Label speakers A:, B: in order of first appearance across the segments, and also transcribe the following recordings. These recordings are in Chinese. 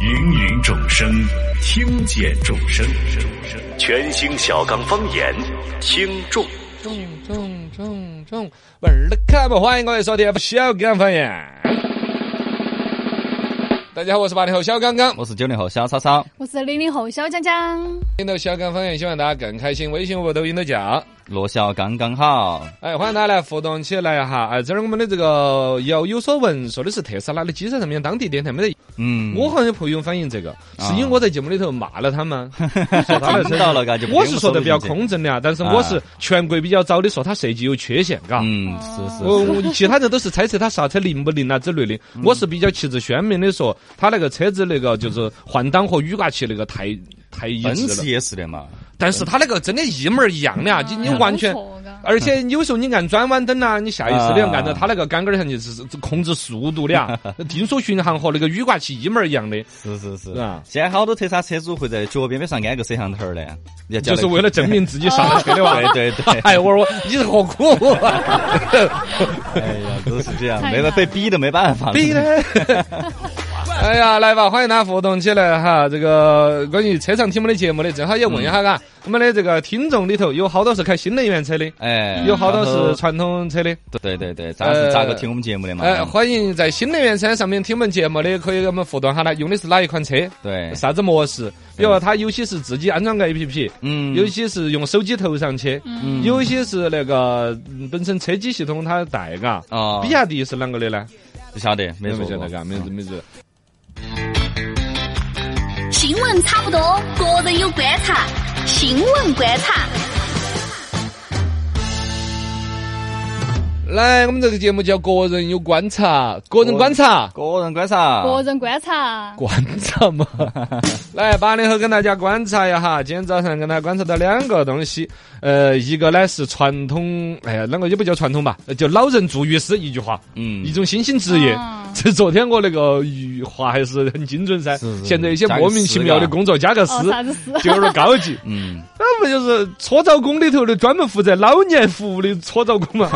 A: 芸芸众生，听见众生，全新小刚方言，听众。
B: 中中中中，玩儿的开门，欢迎各位收听小刚方言。大家好，我是八零后小刚刚，
C: 我是九零后小超超，
D: 我是零零后小江江，
B: 听到小刚方言，希望大家更开心。微信、微博、抖音都叫，
C: 罗小刚刚好。
B: 哎，欢迎大家来互动起来哈。哎，这儿我们的这个有有所闻说的是特斯拉的基车上面当地电台没得，
C: 嗯，
B: 我好像朋友反映这个，是因为我在节目里头骂了他 们，说他的车
C: 啊听到了，嘎就不
B: 我是说的比较
C: 用
B: 空正的啊，但是我是全国比较早的说它设计有缺陷，嘎。
C: 嗯，是是
B: 我
C: 是，
B: 我其他人都是猜测它刹车灵不灵啊之类的，
C: 嗯
B: 我是比较旗帜鲜明的说，它那个车子那个就是换挡和雨刮器那个太太一
C: 奔
B: 致
C: 驰
B: 了，
C: 也是的嘛。
B: 但是它那个真的一模一样的啊，你你完全
D: 嗯哎不。错嘎
B: 而且有时候你按转弯灯呐、你下意识的要按照
C: 啊
B: 它那个杆杆儿上去是是控制速度的 啊，定速巡航和那个雨刮器一模一样的，
C: 是是是
B: 是啊吧
C: 现在好多特斯拉车主会在脚边边上安个摄像头儿的，要叫
B: 就是
C: 那个
B: 为了证明自己上 了车的 娃。
C: 对对对，
B: 哎，我我你是何苦？
C: 哎呀，都是这样，
D: 太
C: 没办
D: 难
C: 被逼的没 办法。
B: 逼呢？哎呀，来吧，欢迎大家互动起来哈！这个关于车上听我们的节目的，正好也问一下
C: 嗯
B: 嘎，我们的这个听众里头有好多是开新能源车的，
C: 哎，
B: 有好多呃
C: 然后
B: 是传统车的。
C: 对对对，咱是咋个听我们节目的嘛？
B: 哎，欢迎在新能源车上面听我们节目的，可以给我们互动下来，用的是哪一款车，
C: 对，
B: 啥子模式？比如他有些是自己安装个 APP，
C: 哎嗯，
B: 有些是用手机投上去，
C: 嗯
B: 有些是那个嗯本身车机系统它带嘎。
C: 啊，
B: 比亚迪是啷个的呢？
C: 不晓得，没嗯
B: 没
C: 说
B: 晓
C: 过
B: 得嘎，没没没。
E: 新闻差不多，个人有观察，新闻观察。
B: 来，我们这个节目叫个人有观察，个人观察，
C: 个人观察，
D: 个人观察，
B: 观察嘛。来，八零后跟大家观察一下哈，今天早上跟大家观察到两个东西，呃，一个呢是传统，哎呀，啷个也不叫传统吧，就老人做律师，一句话，
C: 嗯
B: 一，种新兴职业
D: 啊。
B: 这昨天我那个语话还是很精准噻
C: 是，是
B: 现在一些
C: 加个
B: 莫名其妙的
C: 师啊
B: 工作加个师
D: 哦，，啥子 事？
B: 就有点高级。
C: 嗯，
B: 那不就是搓澡工里头的专门负责老年服务的搓澡 工嘛？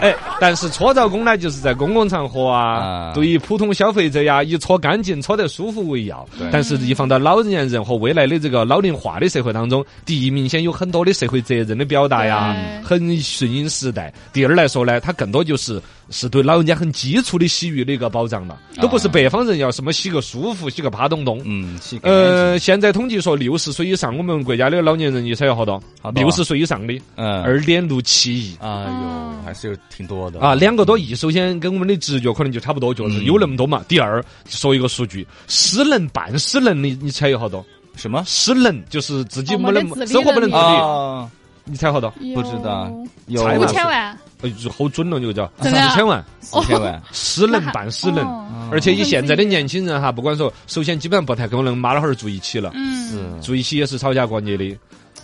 B: 哎，但是搓澡工呢，就是在公共场合啊，
C: 啊
B: 对于普通消费者呀，以搓干净、搓得舒服为要
C: 对。
B: 但是，一放到老年人和未来的这个老龄化的社会当中，第一，明显有很多的社会责任的表达呀，很顺应时代；第二来说呢，它更多就是是对老人家很基础的洗浴的一个保障了，
C: 啊
B: 都不是北方人要什么洗个舒服、洗个趴咚咚。
C: 嗯，洗干净
B: 呃，现在统计说，六十岁以上，我们国家的老年人一猜有好多
C: 好？多啊
B: 六十岁以上的，
C: 嗯，
B: 二点六七亿
C: 哎呦，还是有挺多的
B: 啊，两个多亿。首先跟我们的直觉可能就差不多，
C: 嗯
B: 就是有那么多嘛。第二，说一个数据，失能、半失能的，你猜有好多？
C: 什么
B: 失能就是自己
D: 哦
B: 没
D: 没得
B: 能
D: 自理
B: 生活不能
D: 能
B: 自
D: 力
B: 理，
C: 啊？
B: 你猜好多？
D: 有
C: 不知道，有
B: 猜
D: 五
B: 吧
D: 千万，
B: 哎呦，好准了，你个叫
D: 真的啊
B: 四千万，
C: 四千万，
B: 失能、半失能。
D: 哦
B: 而且以现在的
D: 嗯
B: 年轻人哈，不管说，首先基本上不太可能妈老汉儿住一起了，
D: 嗯，
C: 是
B: 住一起也是吵架过节的。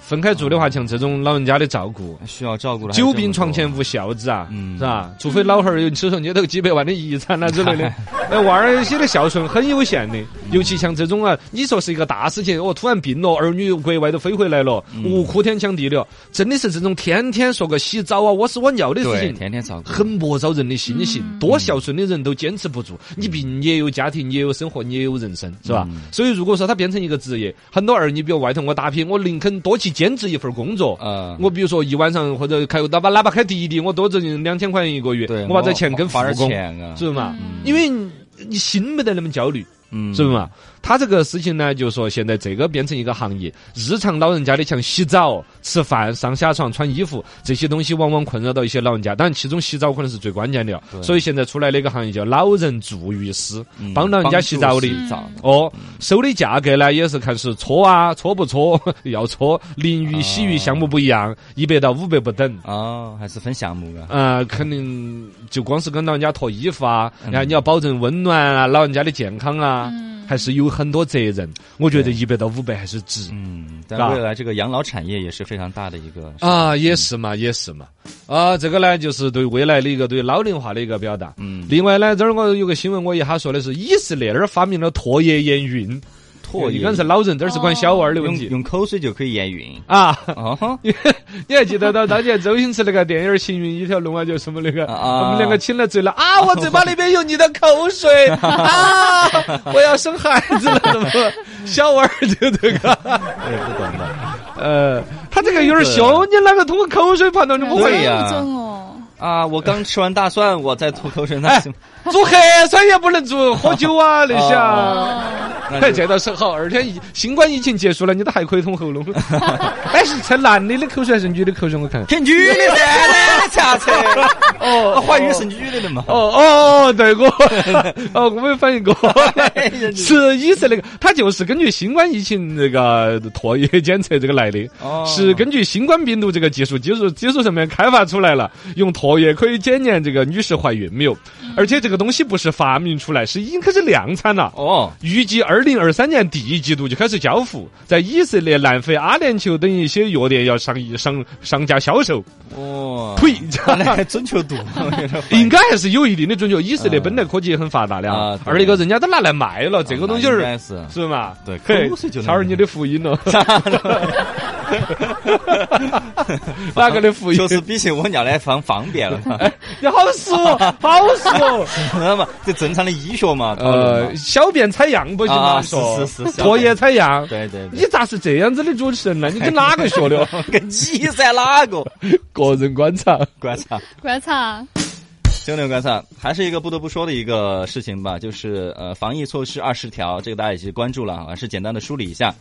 B: 分开住的话，像这种老人家的照顾，
C: 需要照顾的还是这么
B: 久
C: 多。
B: 病床前无孝子啊，
C: 嗯
B: 是吧？除非老汉儿有手上捏头几百万的遗产啊之 类的，那娃儿有些的孝顺很有限的。尤其像这种啊，你说是一个大事情，哦，突然病了，儿女国外都飞回来了，
C: 嗯
B: 无哭天抢地的，真的是这种天天说个洗澡啊、我屎我尿的事
C: 对，
B: 情。
C: 天天嗯照顾，
B: 很磨遭人的心性，多孝顺的人都坚持不住。你毕竟也有家庭，也有生活，你也有人生，是吧？
C: 嗯
B: 所以如果说他变成一个职业，很多儿女，比如外头我打拼，我宁肯多去兼职一份工作，
C: 呃，
B: 我比如说一晚上或者开哪怕哪怕开滴滴，我多挣两千块钱一个月
C: 对，
B: 我把这钱跟父
C: 花点
B: 工，
C: 钱啊，
B: 是不是嘛？
D: 嗯
B: 因为你你心没得那么焦虑，
C: 嗯，
B: 是不是嘛？他这个事情呢，就是说现在这个变成一个行业，日常老人家的像洗澡、吃饭、上下床、穿衣服这些东西，往往困扰到一些老人家。当然，其中洗澡可能是最关键的哦，所以现在出来了一个行业叫老人助浴师，
C: 嗯
B: 帮老人家洗澡的。
C: 帮助洗澡嗯的
B: 哦，收的价格呢也是看是搓啊，搓不搓， 要搓。淋
C: 啊
B: 浴、洗浴项目不一样，一百到五百不等。
C: 哦，还是分项目啊，
B: 呃，肯定就光是跟老人家脱衣服啊，
C: 嗯
B: 然后你要保证温暖啊，老人家的健康啊，还是有很多责任。我觉得一百到五百还是值。
C: 嗯，
B: 是吧
C: 但未来这个养老产业也是非常大的一个，
B: 啊，也是嘛，也是嘛。啊，这个呢，就是对未来的一个对老龄化的一个表达。
C: 嗯，
B: 另外呢，这儿我有个新闻，我一哈说的是以色列那儿发明了唾液验孕，
C: 唾
B: 你
C: 液，
B: 刚才老人，这儿是管小娃儿的问
C: 用
B: 题
C: 用口水就可以验孕。
B: 啊。
C: 哦吼，
B: 你还记得到当年周星驰那个电影儿《行云一条龙》啊，叫什么那个？
C: 啊
B: 我们两个亲了嘴了啊！ 我嘴巴里面有你的口水啊！我要生孩子了，怎么？小娃儿就这个，
C: 我也不懂的
B: 呃，他这个有点凶，你哪个通过口水判断就不会？
C: 对呀
D: 那种哦，
C: 啊！我刚吃完大蒜，我再吐口水，
B: 哎
C: 那行，
B: 做核酸也不能做，喝酒啊那些啊。
D: 哦
C: 那
B: 哎，
C: 就
B: 这倒是好，而且疫新冠疫情结束了，你都还可以通喉 咙。哎，是测男的的口水还是女的口水？我看。啊
C: 是女的噻，啥 子？哦，怀孕是女的的嘛？
B: 哦哦，哦，对我，哦，我没反应 过，
C: 哎
B: 是以色列那个，他就是根据新冠疫情那个唾液 检测这个来的，
C: 哦
B: 是根据新冠病毒这个技术技术技术上面开发出来了，用唾液可以检验这个女士怀孕没有，
C: 嗯
B: 而且这个东西不是发明出来，是已经开始量产了。
C: 哦，
B: 预计二零二三年第一季度就开始交付，在以色列、南非、阿联酋等一些药店要上上上架销售。
C: 哦，
B: 呸！
C: 看来还准确度，
B: 应该还是有一定的准确。以色列本来科技也很发达的啊
C: 嗯啊，对啊
B: 二一个人家都拿来卖了，这个东西
C: 应
B: 儿
C: 该是
B: 是嘛？
C: 对
B: 嘿
C: 口水就能
B: 超儿你的福音 了，哪个的福音
C: 就？是比起我尿来方方便 了嘛，
B: 你好熟，好熟。
C: 那嘛，这正常的医学嘛，讨论
B: 呃，
C: 嘛
B: 小便采样不行吗？
C: 啊
B: 说
C: 是是是小
B: 唾
C: 便
B: 液采样。
C: 对对
B: 你
C: 对，
B: 咋是这样子的主持人呢？你跟哪个学 的？
C: 跟你在哪个
B: 个人观察。
C: 观察？
D: 观察，
C: 兄弟们，观察，还是一个不得不说的一个事情吧，就是呃，防疫措施二十条，这个大家也是关注了啊，是简单的梳理一下。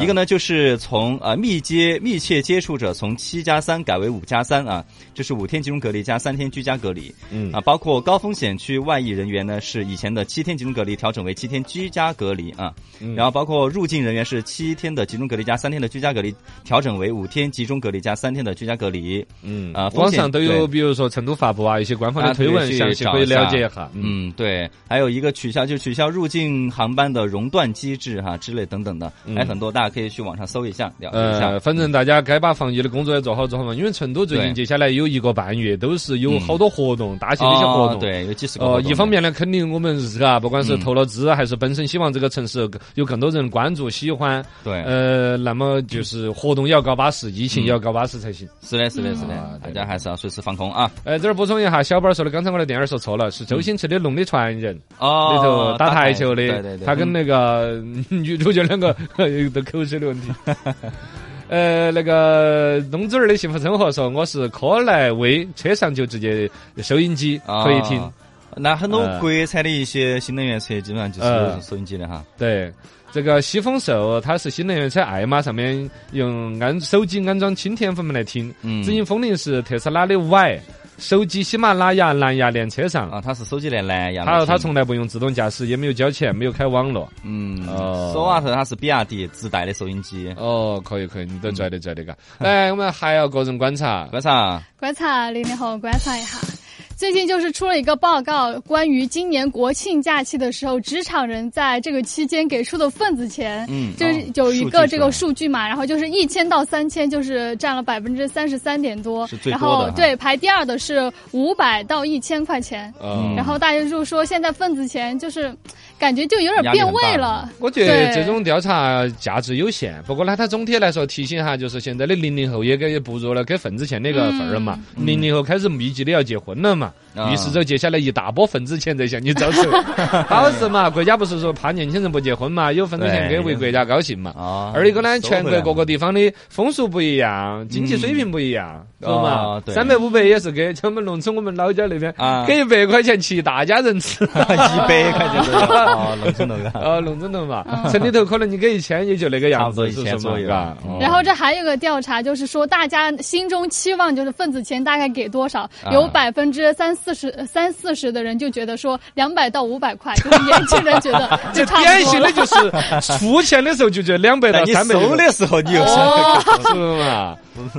C: 一个呢，就是从呃密接密切接触者从七加三改为五加三啊，就是五天集中隔离加三天居家隔离。
B: 嗯
C: 啊，包括高风险区外溢人员呢，是以前的七天集中隔离调整为七天居家隔离啊。然后包括入境人员是七天的集中隔离加三天的居家隔离，调整为五天集中隔离加三天的居家隔离。
B: 嗯
C: 啊风
B: 网
C: 险
B: 上都有，
C: 对
B: 比如说成都发布啊，一些官方的
C: 啊
B: 推
C: 可以
B: 文，
C: 去
B: 详细
C: 找
B: 可以
C: 一下
B: 了解一下。嗯，
C: 嗯，对，还有一个取消就取消入境航班的熔断机制哈、之类等等的，还很多，大家可以去网上搜一下了解一下。
B: 嗯
C: 啊
B: 呃，反正大家该把防疫的工作也做好做好嘛，因为成都最近
C: 嗯对
B: 接下来有一个半月都是有
C: 嗯
B: 好多活动，大型的一些活
C: 哦
B: 动。。
C: 对，有几十个活
B: 呃，
C: 动
B: 一方面呢，肯定我们是啊，不管是
C: 嗯
B: 投了资，还是本身希望这个城市有更多人关注、喜欢，
C: 对，
B: 呃，那么就是活动也要搞巴适，疫情也要搞巴适才行。
C: 是的，是的，是
B: 啊
C: 的，大
B: 对
C: 家还是要随时放空啊。
B: 呃，这儿补充一下，小宝儿说的，刚才我的电影儿说错了，是周星驰的《龙的传人》
C: 哦
B: 里头打台球
C: 对对
B: 的，
C: 对，嗯
B: 他跟那个 女主角两个 有的口水的问 题。呃，那个东子儿的幸福生活说我是科莱威，车上就直接收音机
C: 啊
B: 可以听。
C: 那很多
B: 呃
C: 国产的一些新能源车基本上就是
B: 呃
C: 有收音机的哈。
B: 对，这个西风兽它是新能源车爱玛上面用安手机安装蜻蜓 FM 来听。
C: 嗯
B: 紫金风铃是特斯拉的 Y，手机喜马拉雅蓝牙连车上。
C: 啊，它是手机连蓝牙。
B: 他说他
C: 从
B: 从来不用自动驾驶，也没有交钱，没有开网络。
C: 嗯
B: 哦
C: 索瓦特它是比亚迪自带的收音机。
B: 哦，可以可以，你都拽的拽的嘎。来，我们啊还要个人观察。呃
C: 为啥？
D: 观察零零后，观察一下。最近就是出了一个报告，关于今年国庆假期的时候，职场人在这个期间给出的份子钱，
C: 嗯
D: 就是
C: 哦
D: 有一
C: 数据
D: 个这
C: 是
D: 个
C: 吧
D: 数据嘛，然后就是一千到三千，就是占了百分之三十三点多，
C: 是最
D: 然
C: 多的
D: 后
C: 哈
D: 对排第二的是五百到一千块钱，
B: 嗯，
D: 然后大家就说现在份子钱就是感觉就有点变味了，
B: 我觉得
D: 对
B: 这种调查价值有限，不过呢，它总体来说提醒哈，就是现在的零零后也给步入了给份子钱的一个份儿了嘛。零零后开始密集的要结婚了嘛，
C: 啊
B: 于是这接下来一大波份子钱在向你招手，好事嘛。国家不是说怕年轻人不结婚嘛，有份子钱给为国家高兴嘛。
C: 啊
B: 哦二一个呢，全国各
C: 个
B: 个地方的风俗不一样，经济水平不一样，
C: 嗯
B: 懂嘛
C: 哦？对
B: 三百五百也是给，像我们农村我们老家那边，
C: 啊，
B: 给一百块钱起一大家人 吃，
C: 一百 块钱都有。哦，农村那个。
B: 呃，弄真头嘛。
D: 啊
B: 城里头可能你给一千也就那个样子，
C: 差不多
B: 是
C: 一
B: 什
C: 千
B: 么
C: 左右
B: 嘎？
C: 嗯
B: 哦
D: 然后这还有个调查，就是说大家心中期望就是份子钱大概给多少，
C: 啊
D: 有百分之三四十三四十的人就觉得说两百到五百块，就是年轻人 觉得就
B: 这
D: 差
B: 典
D: 不多
B: 型的。
D: 了
B: 就是出钱的时候就觉得两百到
C: 但哎你
B: 三百，
C: 收的时候，你又想
B: 是 嘛？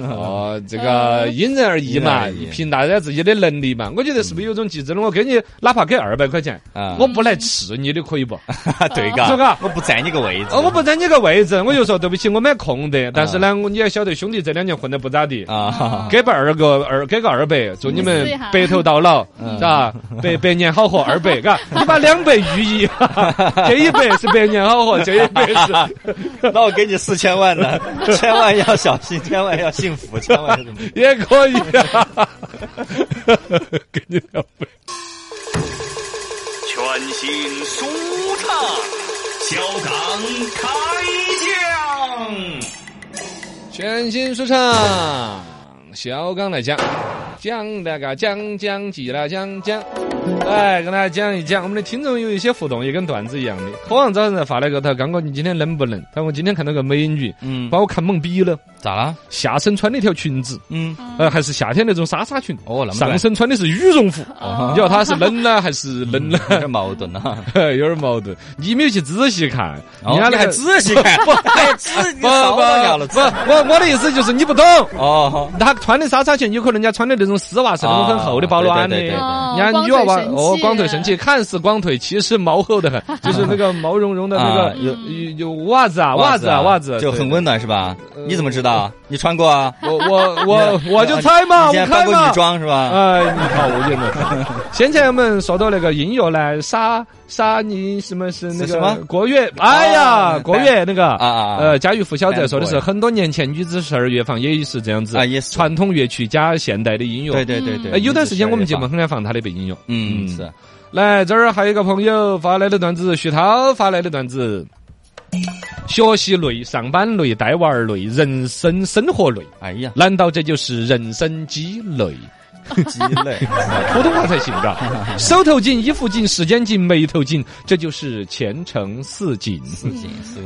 B: 哦，这个因人而异嘛
C: 因人而异，
B: 凭大家自己的能力嘛。我觉得是不是有种极致的？我给你哪怕给二百块钱，
C: 啊
B: 我不来吃你的可以不？
C: 对嘎，
B: 是嘎
C: 我不占你个位置。
B: 哦，我不占你个位置，我就说对不起，我没空的。但是呢，我你也晓得，兄弟这两年混得不咋地，
C: 啊，
B: 给吧二个二，给个二百，祝你们
D: 嗯是哈
B: 白头到老，是吧？百百年好合二百，嘎，你把两百寓意， 哈哈这一百是百年好合，这一百是，
C: 那我给你四千万呢， 千万要小心，千万要幸福，千万什么？
B: 也可以、啊， 给你两百。
A: 全新舒畅，小刚开讲。
B: 全新说唱，小刚来讲，讲那个讲讲几啦讲讲，哎，跟大家讲一讲，我们的听众有一些互动，也跟段子一样的。渴望早上才发了一个，他说刚哥你今天冷不冷？他说我今天看到个美女，
C: 嗯，
B: 把我看懵逼了，
C: 咋了？
B: 下身穿了一条裙子。
C: 嗯，
B: 呃，还是夏天那种纱纱裙，
C: 哦那么
B: 上
C: 短
B: 身穿的是羽绒服，
D: 哦
B: 你要她是冷呢还是冷呢？
C: 有点矛盾啊。
B: 有点矛盾。你没有去仔细看，人
C: 哦你
B: 家
C: 还
B: 那
C: 还
B: 个
C: 仔细看，不还仔细
B: 不不不，
C: 扫描了，
B: 我我的意思就是你不懂，
C: 哦，
B: 他穿的纱纱裙，有可能人家穿的那种丝袜是那种很厚的保暖
C: 啊
B: 的。
C: 对对对对
D: 哦
B: 人家女娃娃
D: 光腿神器
B: 哦，
C: 啊
B: 光腿神器，看似光腿，其实毛厚的 很，就是那个毛茸茸的那
C: 啊嗯
B: 个
C: 有
B: 有有袜子啊，袜子啊，袜子
C: 就很
B: 对呃
C: 温暖是吧？你怎么知道？你穿过啊？
B: 我我我我就猜嘛，
C: 你
B: 我
C: 今
B: 看
C: 天扮过
B: 嘛
C: 女。装是吧？
B: 哎，你看我认 了。先前我们说到那个音乐呢，沙沙尼什么是那
C: 是什么
B: 个国乐？哎呀，
C: 哦
B: 国乐那个
C: 啊啊
B: 呃，家喻户晓在说的是
C: Fanboy
B: 很多年前女子十二乐坊也是这样子
C: 啊也是
B: 传统乐曲加现代的音乐。
C: 对对对对
B: 哎，，有段时间我们节
C: 见
B: 目
C: 过。
B: 很爱放他的背景音乐。
C: 嗯，是
B: 来，这儿还有一个朋友发来的段子，徐涛发来的段子。学习累，上班累，带娃儿累，人生生活累，
C: 哎呀，
B: 难道这就是人生鸡肋？
C: 鸡 肋，
B: 普通话才行 嘎。手头紧，衣服紧，时间紧，眉头紧，这就是前程似锦。嗯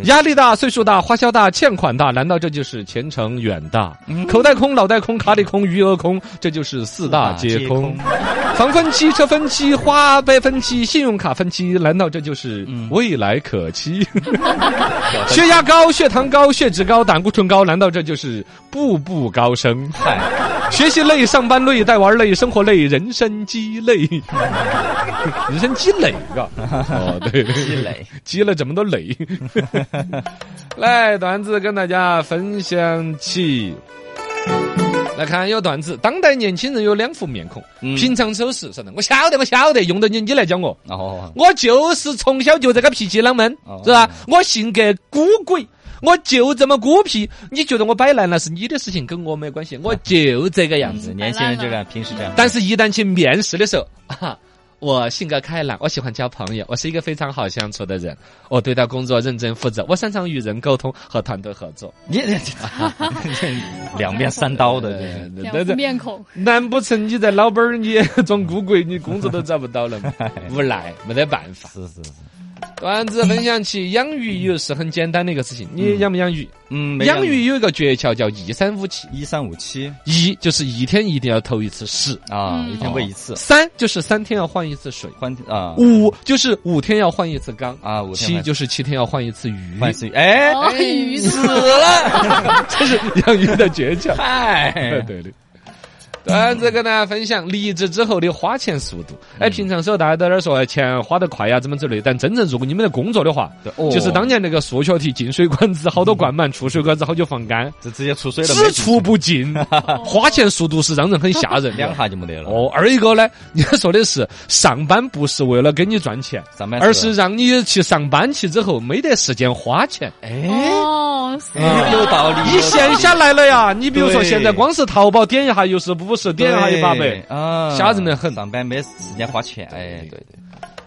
B: 压力大，岁数大，花销大，欠款大，难道这就是前程远大？口袋空，脑袋空，卡里空，余额空，这就是四大嗯啊皆空。房分期，车分期，花呗分期，信用卡分期，难道这就是未来可期？ 血压高，血糖高，血脂高，胆固醇高，难道这就是步步高升？
C: 嗨，
B: 学习累，上班累，带娃累，生活累，人生鸡肋，人生鸡肋， 嘎。哦，对，
C: 鸡肋，
B: 鸡了怎么都累。 来，段子跟大家分享起。来看有段子，当代年轻人有两副面孔，
C: 嗯
B: 平常丑事，啥的，我晓得，我晓得，用得你你来教我，
C: 哦，
B: 我就是从小就这个脾气啷闷，
C: 哦
B: 是吧？我性格孤鬼，我就这么孤僻，你觉得我摆烂那是你的事情，跟我没关系，我就这个样子。
C: 年轻人就这样，平时这样，
B: 但是，一旦去面试的时候，啊，我性格开朗，我喜欢交朋友，我是一个非常好相处的人，我对待工作认真负责，我擅长与人沟通和团队合 作。
C: 你这两面三刀的，
B: 呃
D: 两副面孔，
B: 难不成你在老板儿你也装孤鬼，你工作都找不到了吗？无奈，没得办 法。
C: 是是，
B: 段子分享起养鱼又是很简单的一个事情，你养不养鱼？
C: 嗯，
B: 养鱼有一个诀窍叫一三五七，
C: 一三五七
B: 一就是一天一定要投一次屎，
C: 啊，一天喂一次，
B: 三就是三天要换一次水，
C: 欢啊
B: 五就是五天要换一次缸。
C: 啊，五
B: 七
C: 天
B: 就是七天要换一次鱼，
C: 万岁，哎，。
D: 哦，鱼死
B: 这是 养鱼哎的诀窍
C: 嗨，
B: 对的。段子跟大家分享离职之后的花钱速度。哎，平常时候大家都在那儿说哎钱花得快呀，怎么之类。但真正如果你们在工作的话，就是当年那个数学题，进水管子好多灌满，出水管子好久放 干，
C: 这直接出水了，
B: 只出不 进，花钱速度是让人很吓人
C: 两
B: 的。
C: 下就没得了，
B: 哦，二一个呢，你说的是上班不是为了给你赚钱，
C: 上班
B: 而是让你去上班去之后没得时间花钱。哎
D: 哦，死
C: 哎有道理，
B: 你闲下来了呀！你比如说
C: 对
B: 现在光是淘宝点一下又是五十，点一下又八百。
C: 啊，
B: 吓人得很
C: 上班没时间花钱，哎，对对，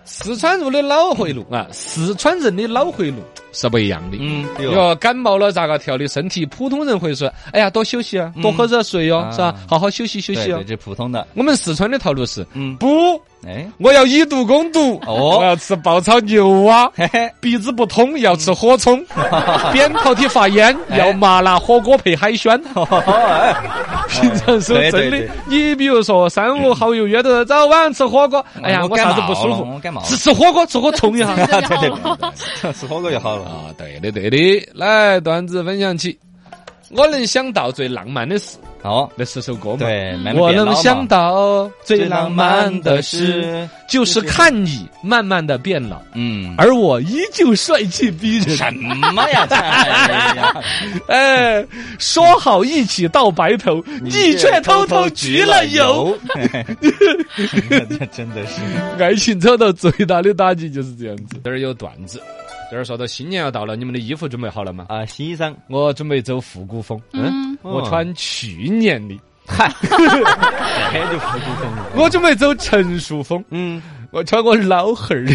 B: 四川路的脑回路啊，四川人的脑回路是不一样的。
C: 嗯，对哦
B: 哟，感冒了咋个调理身体？普通人会说：“哎呀，多休息啊，多喝热水哟、
C: 啊
B: 是吧？好好休息休
C: 对
B: 息哦。
C: 对，这普通的，
B: 我们四川的套路是：
C: 嗯，
B: 不，
C: 哎，
B: 我要以毒攻毒，
C: 哦
B: 我要吃爆炒牛蛙，
C: 嘿嘿，
B: 鼻子不通要吃火 葱，扁桃体发炎
C: 哎
B: 要麻辣火锅配海鲜。 平常时候
C: 对
B: 真的
C: 对对，
B: 你比如说三五好友约到早晚吃火锅，哎呀，
C: 我
B: 我
C: 感
B: 啥子
C: 冒
B: 不舒
C: 了
B: 服，
C: 我 感冒了
B: 吃吃火锅，吃火冲 一下。
D: 了
C: 对对对对，吃火锅就好了。
B: 啊，对的对的，来段子分享起。我能想到最浪漫的事，
C: 哦，
B: 那十首歌嘛。
C: 对，买了
B: 我
C: 点
B: 能
C: 捞嘛
B: 想到最
C: 最
B: 浪
C: 浪
B: 漫
C: 漫
B: 的
C: 的
B: 事
C: 事，
B: 就是看你慢慢的变老，
C: 嗯，
B: 而我依旧帅气逼人。
C: 什么呀？哎呀
B: 哎，说好一起到白头，你却偷偷焗了油。，
C: 这 真的是
B: 爱情遭到最大的打击就是这样子。这儿有段子，这儿说到新年要到了，你们的衣服准备好了吗？
C: 啊，新衣裳，
B: 我准备走复古风，嗯，
D: 嗯，
B: 我穿去年的。
C: 这就复古风了。
B: 我准备走成熟风，
C: 嗯，
B: 我穿我老汉儿。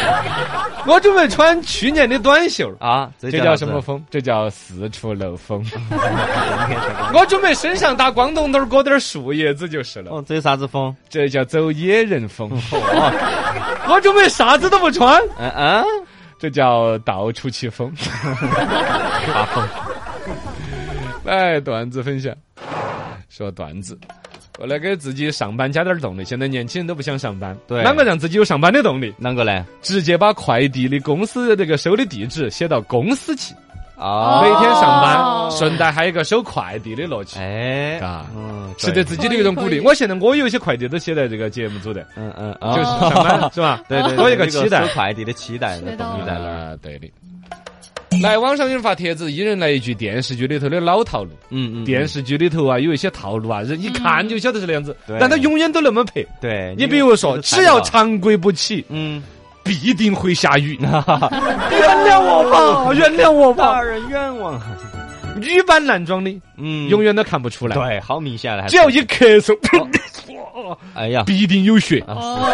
B: 我准备穿去年的短袖儿，
C: 啊，这
B: 这叫什么风？这叫四处漏风。 我准备身上打光东头，裹点儿树叶子就是了。
C: 哦，这啥子风？
B: 这叫走野人风。哦我准备啥子都不穿，
C: 嗯嗯，
B: 这叫到处起风。
C: 大风。
B: 来，哎段子分享，说段子。为了给自己上班加点儿动力，现在年轻人都不想上班，
C: 对
B: 啷个让自己有上班的动力？
C: 啷个嘞？
B: 直接把快递的公司的这个收的地址写到公司去，
C: 啊
B: 每天上班，
D: 哦
B: 顺带还有一个收快递的乐趣，
C: 哎，
B: 嘎
C: 嗯，
B: 是对自己的一种鼓
D: 可以
B: 励。
D: 可以
B: 我现在我有一些快递都写在这个节目组的，
C: 嗯嗯，
B: 就
C: 就是
B: 上班是吧？
C: 对对，
B: 多一个
C: 对
B: 期待
C: 收。快递的期待的
D: 学到
C: 动力在那儿。
B: 啊，对的。来，网上有人发帖子，一人来一句电视剧里头的老套路。
C: 嗯嗯，
B: 电视剧里头啊，有一些套路啊，人一看就晓得是那样子，
C: 对
B: 但他永远都那么配。
C: 对，
B: 你比如说，只要，
C: 啊
B: 常规不起，
C: 嗯，
B: 必定会下 雨。原谅我吧，原谅我吧
C: 大。人冤枉，
B: 女扮男装的，
C: 嗯，
B: 永远都看不出来。
C: 对，哦好明显了，还
B: 只要一咳嗽，
C: 哎呀，
B: 必定有血。
D: 哦，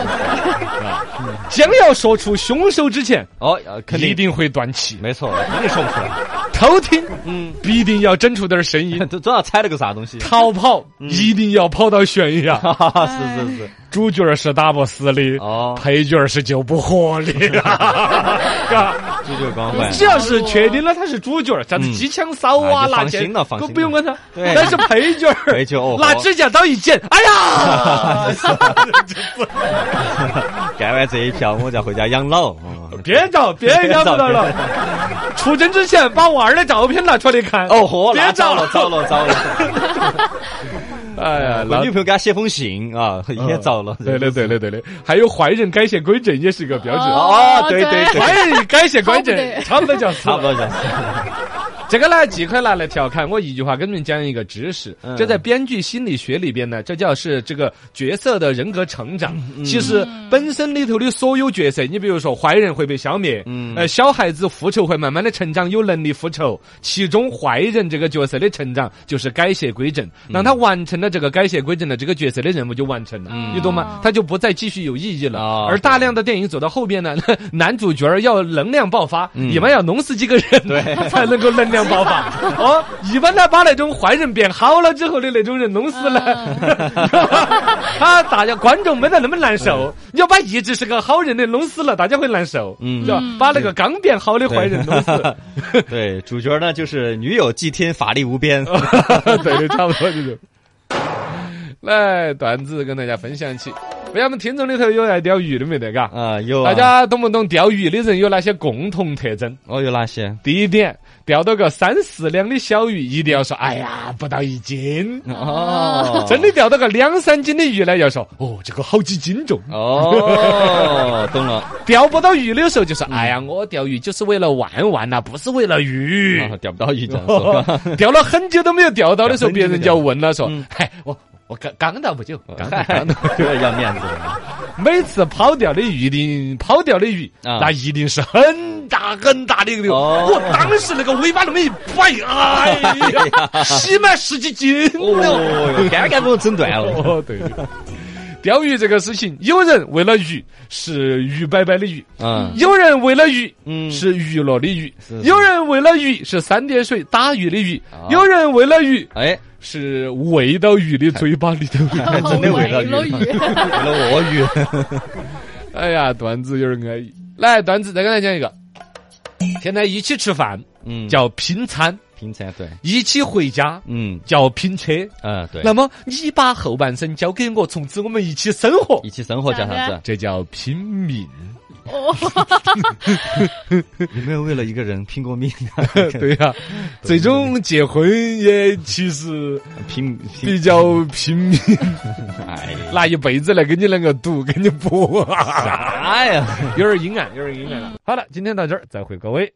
B: 将要说出凶手之前，
C: 哦，呃肯
B: 必
C: 定，
B: 定会断气。
C: 没错， 一定说不出来，
B: 偷听，
C: 嗯，
B: 必定要整出点声音。
C: 都总要猜了个啥东 西，
B: 逃跑
C: 嗯
B: 一定要跑到悬崖。
C: 哈哈，是是是，
B: 主角是打不死的，
C: 啊哦
B: 配角是救不活的。 嘎
C: 这就是光 环，
B: 只要是确定了他是主角，啥子机枪扫啊、
C: 哎就
B: 拿
C: 放
B: 剑
C: 心了放
B: 都
C: 心
B: 不用管他。
C: 对
B: 但是配角，
C: 配角哦
B: 拿指甲刀一剪，哎 呀，
C: 干完这一票，我再回家养老，哦
B: 别找，别找不到了。出征之前，把娃儿的照片拿出来看。
C: 哦豁，
B: 别
C: 那
B: 找
C: 糟了，糟。了，糟 了，
B: 哎呀，
C: 我
B: 老哦
C: 女朋友给他写封信啊，也糟了，
B: 嗯对的，对的，对的。还有坏人改邪归正也是一个标志。
D: 哦
C: 哦，对对对，
B: 坏人改邪归正
D: 差
B: 差不
D: 不，多
B: 多叫死
C: 差不
B: 了。
C: 多就是，
B: 这个呢，既可以拿来调侃。我一句话跟你们讲一个知识，
C: 嗯
B: 这在编剧心理学里边呢，这叫是这个角色的人格成长。
C: 嗯
B: 其实本身里头的所有角色，你比如说坏人会被消灭，
C: 嗯
B: 呃，小孩子复仇会慢慢的成长，有能力复仇。其中坏人这个角色的成长就是改邪归
C: 嗯
B: 正，让他完成了这个改邪归正的这个角色的任务就完成了，你懂吗？他就不再继续有意义了。
C: 嗯哦
B: 而大量的电影走到后边呢， 男主角要能量爆发，
C: 嗯
B: 一般要弄死几个人，
C: 对
B: 才能够能量爆发。 哦，一般他把那种坏人变 好了之后的那种人弄死了， 他大家观众没得那么难受。你要把一直是个好人的弄死了，大家会难受，
C: 嗯
B: 是吧？把那个刚变好的坏人弄死，
C: 对，主角呢就是女友祭天，法力无边，
B: 嗯对，差不多这种。 来，段子跟大家分享起。不晓得我们听众里头有爱钓鱼的没得？嘎，
C: 啊，有
B: 大，
C: 啊
B: 家懂不懂钓鱼的人有哪些共同特征？
C: 哦，有哪些？
B: 第一点，钓到个三四两的小鱼，一定要说：“哎呀，不到一斤。”
C: 哦，
B: 真的钓到个两三斤的鱼呢，要说哦，这个好几斤重。
C: 哦，懂 了，
B: 钓不到鱼的时候，就说哎呀，我钓鱼就是为了玩玩呐、不是为了鱼。
C: 啊钓不到鱼这 样说，
B: 钓了很久都没有钓到的时候，别
C: 钓很久
B: 人就要问了，说：“嗨，我我刚刚到不久，刚到 刚到。
C: 要面子了，”
B: 每次抛钓的鱼鳞，抛钓的鱼，
C: 啊
B: 那一定是很大很大的一个流。
C: 哦
B: 我当时那个尾巴那么一摆， 哎呀，吸满十几斤了。
C: 哦，刚刚给我整断了，
B: 哦，对。钓鱼这个事情，有人为了鱼是鱼摆摆的鱼，
C: 嗯
B: 有人为了鱼
C: 嗯
B: 是娱乐的鱼
C: 是，
B: 有人为了鱼是三点水打鱼的鱼
C: 啊，
B: 有人为了鱼
C: 哎，
B: 是喂到鱼的嘴巴里 头。
C: 真的为了
D: 了
C: 鱼
D: 鱼，
C: 为了我鱼，
B: 哎呀，段子有点安逸。来，段子再给大家讲一个，现在一起吃饭
C: 嗯
B: 叫拼餐，
C: 平常对，
B: 一起回家
C: 嗯
B: 叫拼车。
C: 嗯对，
B: 那么你把后半生交给我，从此我们一起生活
C: 一，起生活叫啥子？
B: 这叫拼命。
D: 哦，
C: 有没有为了一个人拼过命？
B: 对呀、最终结婚也其实
C: 拼拼，
B: 比较拼 命，
C: 哎呀，
B: 拿一辈子来跟你两个赌，跟你搏啊， 嗯
C: 哎呀。
B: 有点阴暗，有点阴暗了。好了，今天到这儿，再会各位。